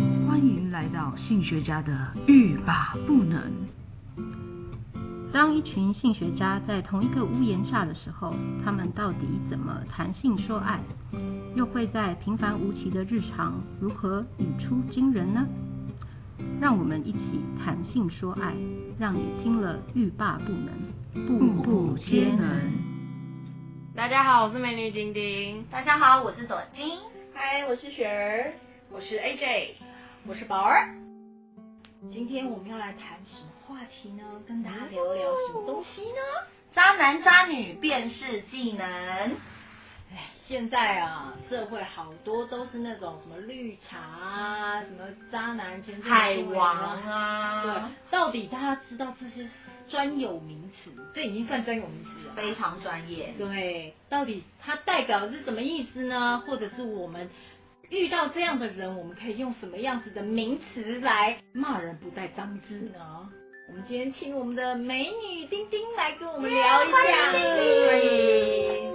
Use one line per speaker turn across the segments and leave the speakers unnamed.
迎来到性学家的欲罢不能。
当一群性学家在同一个屋檐下的时候，他们到底怎么谈性说爱？又会在平凡无奇的日常如何语出惊人呢？让我们一起谈性说爱，让你听了欲罢不能，步步皆能。
大家好，我是美女丁丁。
大家好，我是朵金。
嗨，我是雪儿，
我是 AJ，
我是宝儿。
今天我们要来谈什么话题呢？跟大家聊聊什么东西呢？
渣男渣女辨识技能。
哎，现在啊，社会好多都是那种什么绿茶啊，什么渣男前
海王啊，
对，到底大家知道这些专有名词，这已经算专有名词了，
非常专业。
对，到底它代表是什么意思呢？或者是我们遇到这样的人，我们可以用什么样子的名词来骂人不带脏字呢？我们今天请我们的美女丁丁来跟我们聊一下。
欢迎。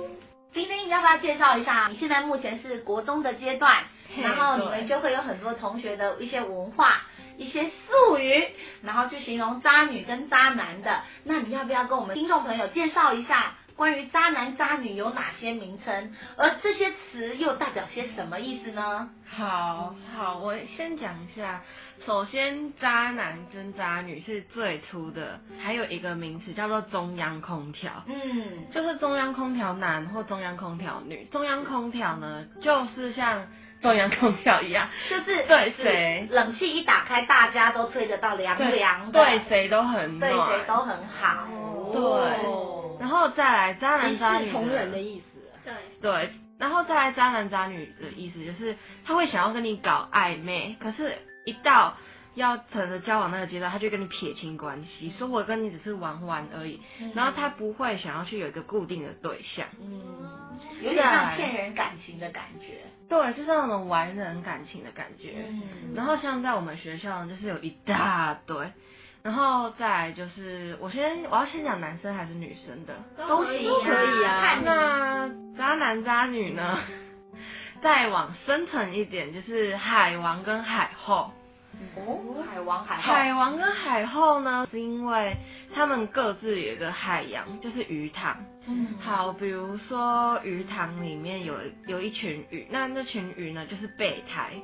丁丁，你要不要介绍一下？你现在目前是国中的阶段，然后你们就会有很多同学的一些文化、一些术语，然后去形容渣女跟渣男的。那你要不要跟我们听众朋友介绍一下关于渣男渣女有哪些名称，而这些词又代表些什么意思呢？
好
嗯
好，我先讲一下。首先，渣男跟渣女是最初的，还有一个名词叫做中央空调。
嗯，
就是中央空调男或中央空调女。中央空调呢，就是像中央空调一样，
就是
对谁
冷气一打开，大家都吹得到凉凉的，
对哦谁都很
对
暖，
谁都很好。
对然后再来渣男渣女
一视同仁的
呢
意思。
对，
对，然后再来渣男渣女的意思就是他会想要跟你搞暧昧，可是，一到要成了交往那个阶段，他就跟你撇清关系，说我跟你只是玩玩而已，然后他不会想要去有一个固定的对象，
嗯，有点像骗人感情的感觉。
对，就是那种玩人感情的感觉。然后像在我们学校呢，就是有一大堆，然后再来就是我先我要先讲男生还是女生的，
都行
都可以啊
看你
那渣男渣女呢？再往深层一点，就是海王跟海后。
哦，海王海后，
海王跟海后呢，是因为他们各自有一个海洋，就是鱼塘。
嗯，
好，比如说鱼塘里面有有一群鱼，那那群鱼呢就是备胎。
嗯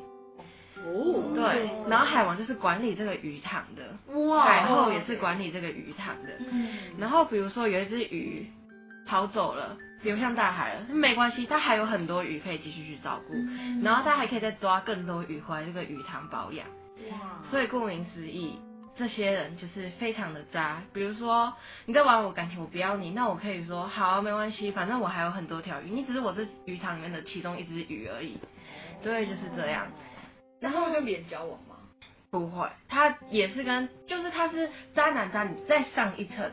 哦
对，然后海王就是管理这个鱼塘的，
哇，
海后也是管理这个鱼塘的。
哦嗯，
然后比如说有一只鱼逃走了，流向大海了，没关系，它还有很多鱼可以继续去照顾，
嗯
然后它还可以再抓更多鱼回来这个鱼塘保养。
啊
哇，
所以顾名思义，这些人就是非常的渣。比如说你在玩我感情，我不要你，那我可以说好、没关系，反正我还有很多条鱼，你只是我这鱼塘里面的其中一只鱼而已。对，就是这样。
那他会跟别人交往吗？
不会，他也是跟，就是他是渣男渣女再上一层，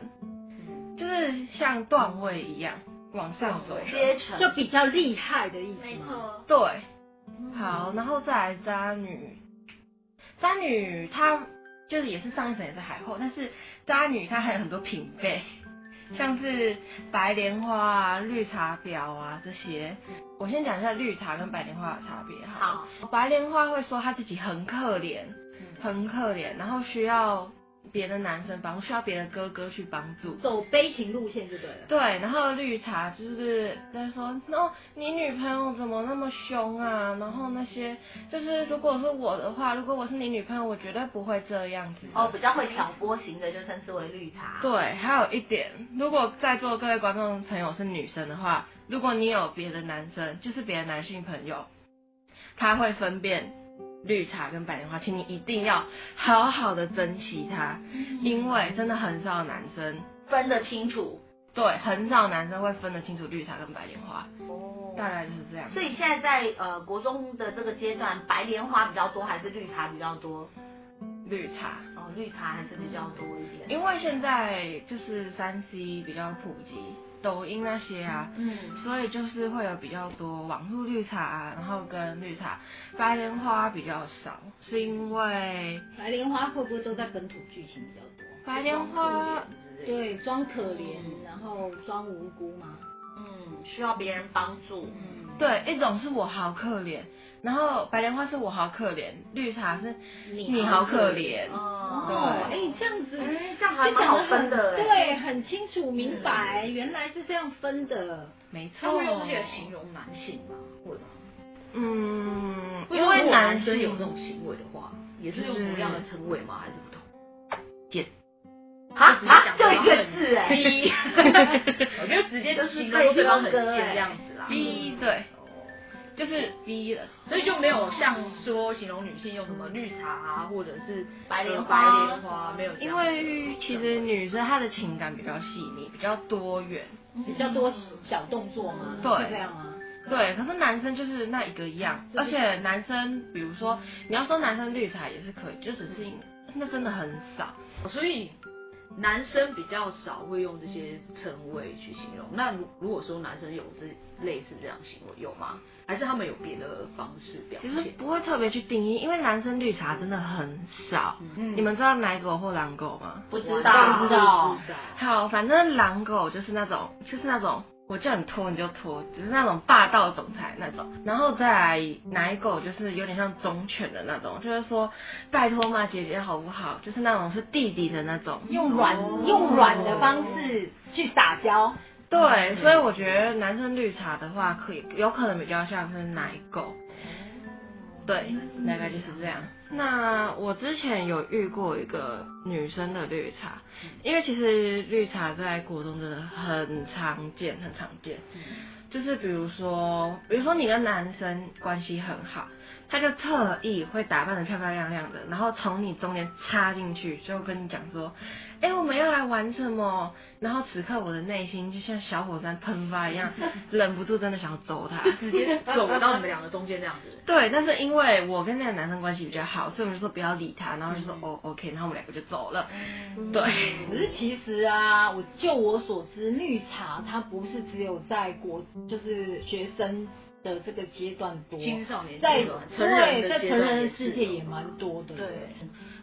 就是像段位一样往上走的。
阶层
就比较厉害的意思嘛。
错，
对，好，然后再来渣女，渣女她就是也是上一层也是海后，但是渣女她还有很多品类，像是白莲花啊、绿茶婊啊这些。我先讲一下绿茶跟白莲花的差别哈。白莲花会说她自己很可怜，很可怜，然后需要别的男生帮助，需要别的哥哥去帮助。
走悲情路线就对了。
对，然后绿茶就是在说，哦，你女朋友怎么那么凶啊？然后那些就是，如果是我的话，如果我是你女朋友，我绝对不会这样子。
哦，比较会挑拨型的就称之为绿茶。
对，还有一点，如果在座各位观众朋友是女生的话，如果你有别的男生，就是别的男性朋友，他会分辨绿茶跟白莲花，请你一定要好好的珍惜他，因为真的很少男生，
分得清楚。
对，很少男生会分得清楚绿茶跟白莲花。
哦
大概就是这样。
所以现在在呃国中的这个阶段，白莲花比较多还是绿茶比较多？
绿茶，
哦，绿茶还是比较多一点。
因为现在就是三 C 比较普及，抖音那些啊，
嗯，
所以就是会有比较多网络绿茶、啊，然后跟绿茶白莲花比较少，是因为
白莲花会不会都在本土剧情比较多？
白莲花
对，装可怜，然后装无辜嘛。
嗯，需要别人帮助。
对一种是我好可怜，然后白莲花是我好可怜，绿茶是
你
你好可怜。
哦，哎、
对
这样子。
嗯，这样好
就
像蛮
讲
好
得
分
很
的哎。
对，很清楚明白，原来是这样分的。
没错，
他们用这些形容男性嘛，会吗？
嗯，
如
因
果
为男
生有这
性
种行为的话，也是用同样的称谓吗？还是不同？
啊
就只是
啊，
讲得
就一
很
个字哎，
逼，我就直接
就是
形容对方很
对方哥
贱
哎
这样子啦。
B 对，就是逼了，
所以就没有像说形容女性用什么绿茶啊，或者是
白莲花
啊
白莲花没有这
因
样的。
为其实女生她的情感比较细腻，比较多元。
比较多小动作嘛，
对
嗯
是这样啊。
对，可是男生就是那一个样，
嗯
而且男生，比如说你要说男生绿茶也是可以，就只是因那真的很少。
嗯
所以男生比较少会用这些称谓去形容。那如如果说男生有这类似这样行为，有吗？还是他们有别的方式表
其实
现？
不会特别去定义，因为男生绿茶真的很少。
嗯
你们知道奶狗或狼狗吗？
不知
不
道
知道，不知道
好，反正狼狗就是那种，就是那种我叫你拖你就拖，只是那种霸道总裁那种。然后再来奶狗就是有点像忠犬的那种，就是说拜托嘛姐姐好不好？就是那种是弟弟的那种。
用软、
哦
用软的方式去撒娇，
对，所以我觉得男生绿茶的话，可以有可能比较像是奶狗。对，大概就是这样。那我之前有遇过一个女生的绿茶，因为其实绿茶在国中真的很常见，很常见。就是比如说，比如说你跟男生关系很好，他就特意会打扮的漂漂亮亮的，然后从你中间插进去，就跟你讲说，哎、我们要来玩什么？然后此刻我的内心就像小火山喷发一样，忍不住真的想要揍他。
直接走到你们两个中间这样子。
对，但是因为我跟那个男生关系比较好，所以我们就说不要理他，然后
嗯
就说、哦 OK，然后我们两个就走了。对，
可是其实啊，我就我所知，绿茶它不是只有在国，就是学生的这个阶段多，
青少年
在
阶段成人
对
的
在
阶
成
段
人
也
的
是
世界
有
也蛮多的。
对，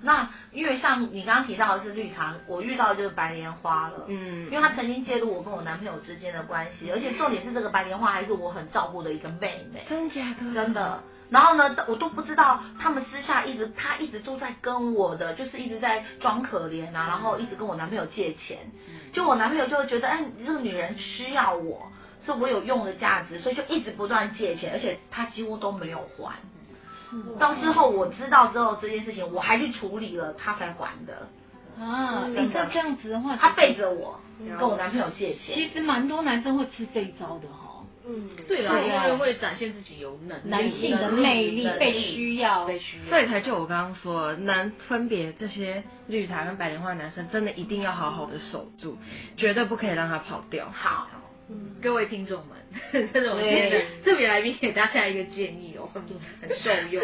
那因为像你刚刚提到的是绿茶，我遇到的就是白莲花了。因
嗯
为他曾经介入我跟我男朋友之间的关系，而且重点是这个白莲花还是我很照顾的一个妹妹，
真的假的？
真的。然后呢，我都不知道他们私下一直，他一直都在跟我的，就是一直在装可怜
嗯
啊，然后一直跟我男朋友借钱，就我男朋友就会觉得，哎，你这个女人需要我，是我有用的价值，所以就一直不断借钱，而且他几乎都没有还。到之后我知道之后这件事情，我还去处理了，他才还的。
啊，
嗯
你再这样子的话，
他背着我
嗯
跟我男朋友借钱，
其实蛮多男生会吃这一招的哈、
对啦，
对
因
啊
为会展现自己有能力、
男性的
能力
魅力
能
被
力
需要，
被需要，
所以才就我刚刚说，能分别这些绿茶跟白莲花的男生，真的一定要好好的守住，绝对不可以让他跑掉。
好，
各位听众们，这是我们今天的特别来宾给大家一个建议哦，很很受用。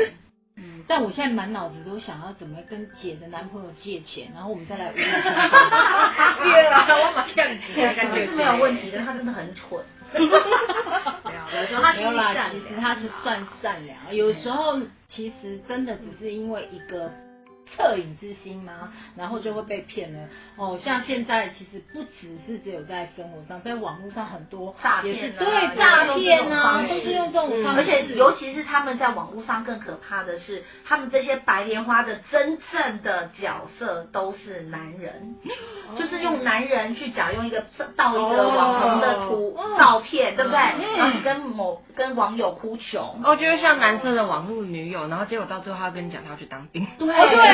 但我现在满脑子都想要怎么跟姐的男朋友借钱，然后我们再来无聊。
对啦，我马上
这
感觉
是没有问题的，他真的很 蠢。
没有，我说他
没
心
有
地
啦，
善
其实
良，
他是算善良，有时候其实真的只是因为一个恻隐之心嘛，然后就会被骗了。哦，像现在其实不只是只有在生活上，在网络上很多
诈骗
也是
啊
对诈骗啊，
都
都
是
是
用
用这种方式，
而且尤其是他们在网络上更可怕的是，他们这些白莲花的真正的角色都是男人，就是用男人去假用一个盗一个网红的图、照片，对不对？然后跟某跟网友哭穷，
哦，就是像男生的网络女友，然后结果到最后他跟你讲他要去当兵。
对
对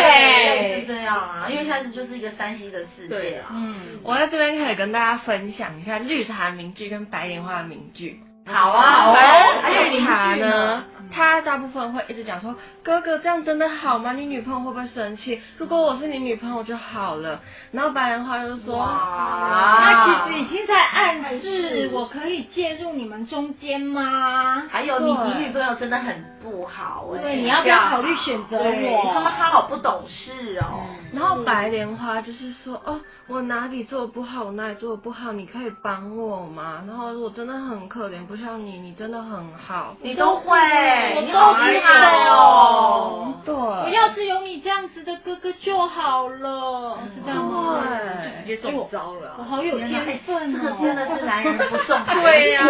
是这样啊，因为现在就是一个山西的世
对
界
啊
啊。
嗯，
我在这边可以跟大家分享一下绿茶名句跟白莲花的名句。
好啊，好啊，
反正绿茶呢，
嗯
他大部分会一直讲说：“哥哥，这样真的好吗？你女朋友会不会生气？如果我是你女朋友就好了。”然后白莲花就说：“
他
哇，
其实已经在暗示我可以介入你们中间吗？
还有你你女朋友真的很不好哎、
对，你要不要考虑选择
对
我？嗯
他们好不懂事哦。
然
嗯
后白莲花就是说，哦，我哪里做不好，我哪里做不好，你可以帮我吗？然后我真的很可怜，不像你，你真的很好。哎
你都会，
我
你
都
好
知
厉害
道
哦。
对，
不
不
要要是有你这样子的哥哥就好了，知道吗？
就直接中招了
我
啊。
好有天分
这
哦！
个真的是男人不重啊
对呀、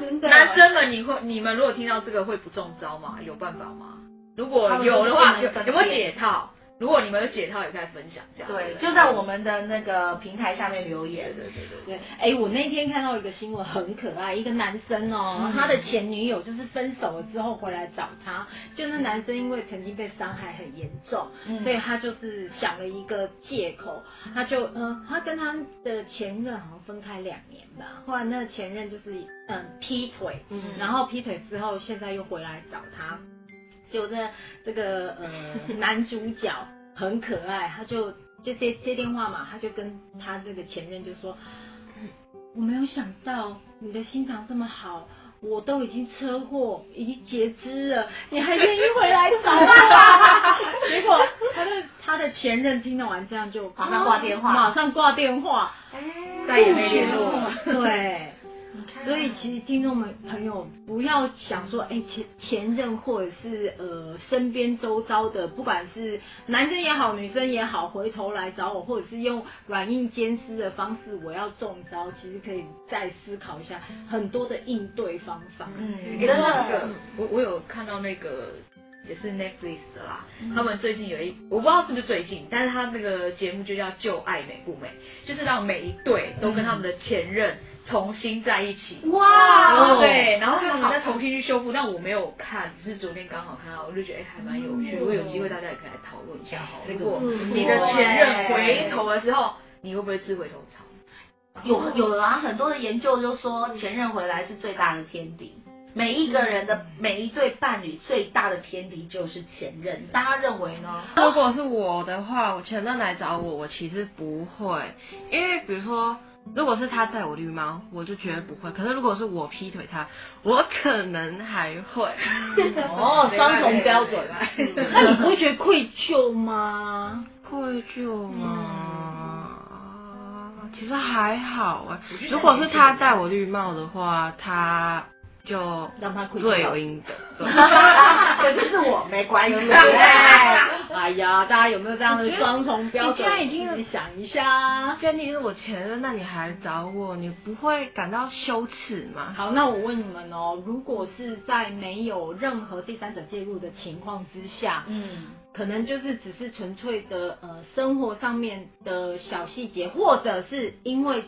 真的
男生们，你会你们如果听到这个会不中招吗？有办法吗？如果有的话，
他们
有
都不能分辨
有没有解套？如果你们有解套，也可以分享这样。
对，
不
就在我们的那个平台下面留言
对。对对对
对， 哎，我那天看到一个新闻，很可爱，一个男生哦，他的前女友就是分手了之后回来找他，就那男生因为曾经被伤害很严重，
嗯
所以他就是想了一个借口，他就嗯，他跟他的前任好像分开两年吧，后来那个前任就是嗯劈腿，
嗯
然后劈腿之后现在又回来找他，结果这这个呃男主角很可爱，他就就接接电话嘛，他就跟他这个前任就说，我没有想到你的心肠这么好。我都已经车祸，已经截肢了，你还愿意回来找我？结果他的他的前任听了完这样就
马上挂电话
马上挂电话，
再也没联络了。
对，所以其实听众们朋友不要想说，哎、前前任或者是呃身边周遭的，不管是男生也好，女生也好，回头来找我，或者是用软硬兼施的方式，我要中招，其实可以再思考一下很多的应对方法。
嗯，
你
真
知道那
的
个，我我有看到那个也是 Netflix 的啦，
嗯
他们最近有一，我不知道是不是最近，但是他那个节目就叫《旧爱美不美》，就是让每一对都跟他们的前任重新在一起。
哇，
对，然后他们再重新去修复，但我没有看，只是昨天刚好看到，我就觉得哎还蛮有
嗯
趣。如果有机会，大家也可以来讨论一下好了。如果你的前任回头的时候，你会不会吃回头草？
有有啊，很多的研究就说前任回来是最大的天敌。每一个人的每一对伴侣最大的天敌就是前任，大家认为 呢？
如果是我的话，我前任来找我，我其实不会，因为比如说，如果是他带我绿猫，我就绝对不会。可是如果是我劈腿他，我可能还 会。嗯
哦，双重标准。
那你不会觉得愧疚吗？
愧疚吗？
嗯
其实还好啊。如果是他戴我绿帽的话，他就
让他愧疚
罪有应得。 对
可是是我没关系。
哎呀，大家有没有这样的双重标准？
你现哎在已经
自己想一下。
既然你是我前任，那你还找我，你不会感到羞耻吗？
好，那我问你们哦，如果是在没有任何第三者介入的情况之下，
嗯，
可能就是只是纯粹的呃生活上面的小细节，或者是因为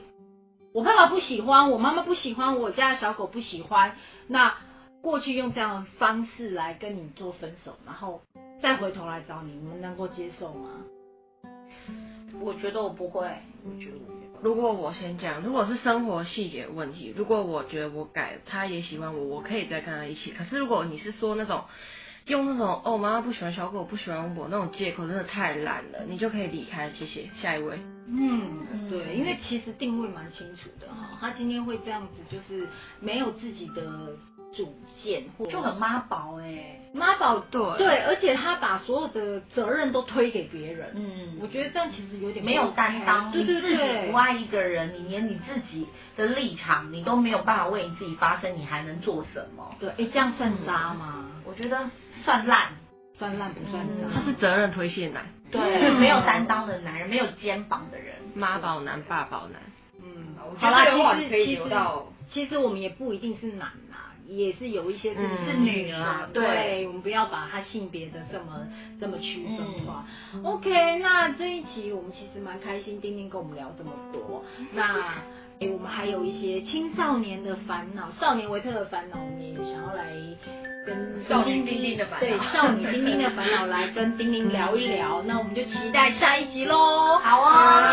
我爸爸不喜欢，我妈妈不喜欢，我家的小狗不喜欢，那过去用这样的方式来跟你做分手，然后再回头来找你，你们能够接受吗？
我觉得我不会。
如果我先讲，如果是生活细节问题，如果我觉得我改，他也喜欢我，我可以再跟他一起。可是如果你是说那种用那种哦，妈妈不喜欢小狗，不喜欢我那种借口，真的太懒了，你就可以离开。谢谢，下一位。
嗯，对，因为其实定位蛮清楚的哈、他今天会这样子，就是没有自己的主见，或
就很妈宝哎、
妈宝
对
对，而且他把所有的责任都推给别人，
嗯
我觉得这样其实有点
没有担当，
对对
你自己
对
不，爱一个人，你连你自己的立场你都没有办法为你自己发声，你还能做什么？
对，哎，这样算渣吗？
我觉得算烂，
算烂不算渣？
他是责任推卸男，
对，嗯没有担当的男人，没有肩膀的人，
妈宝男、爸宝男。
嗯，
好
好
啦，
啦，
这个话
其
题
实
可以
其
留
实
到
其实我们也不一定是男啊，也是有一些是
嗯
是
女
生
啊
对
对
我们不要把它性别的这么
嗯
这么区分化。OK，那这一期我们其实蛮开心，丁丁跟我们聊这么多。
嗯
那诶，我们还有一些青少年的烦恼，少年维特的烦恼，我们也想要来跟
少女丁丁的烦恼
对少
哦
女丁丁的烦恼来跟丁丁聊一聊。那我们就期待下一集喽。好啊，